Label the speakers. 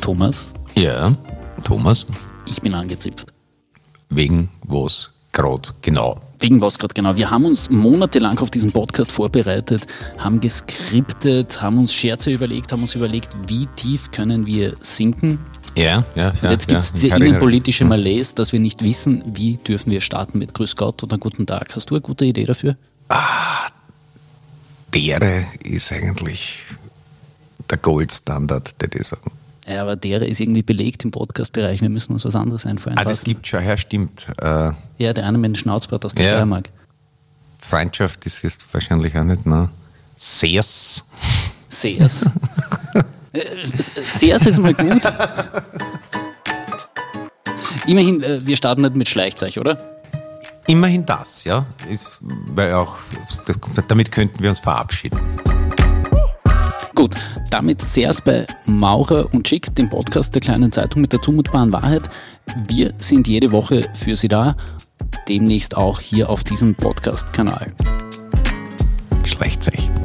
Speaker 1: Thomas,
Speaker 2: Ja, Thomas,
Speaker 1: ich bin angezipft.
Speaker 2: wegen was gerade genau?
Speaker 1: Wegen was gerade genau? Wir haben uns monatelang auf diesen Podcast vorbereitet, haben geskriptet, haben uns Scherze überlegt, haben uns überlegt, wie tief können wir sinken.
Speaker 2: Ja, ja, ja.
Speaker 1: Und jetzt
Speaker 2: ja,
Speaker 1: gibt es
Speaker 2: ich
Speaker 1: diese
Speaker 2: erinnere-
Speaker 1: innenpolitische Malaise, dass wir nicht wissen, wie dürfen wir starten mit Grüß Gott oder Guten Tag. Hast du eine gute Idee dafür?
Speaker 2: Bäre ist eigentlich der Goldstandard, der ich sagen.
Speaker 1: Ja, aber der ist irgendwie belegt im Podcast-Bereich. Wir müssen uns was anderes einfallen
Speaker 2: Ah, das
Speaker 1: lassen.
Speaker 2: gibt schon, ja, stimmt. Äh,
Speaker 1: Ja, der eine mit dem Schnauzbart aus der
Speaker 2: Ja.
Speaker 1: Steiermark.
Speaker 2: Freundschaft ist jetzt wahrscheinlich auch nicht, ne? Sehr's.
Speaker 1: Sears. Äh, Sears ist mal gut. Immerhin, äh, wir starten nicht mit Schleichzeug, oder?
Speaker 2: Immerhin das, ja. Ist, weil auch, das, damit könnten wir uns verabschieden.
Speaker 1: Gut, damit Sears bei Maurer und Schick, dem Podcast der kleinen Zeitung mit der zumutbaren Wahrheit. Wir sind jede Woche für Sie da, demnächst auch hier auf diesem Podcast-Kanal.
Speaker 2: Geschlechtszeichen.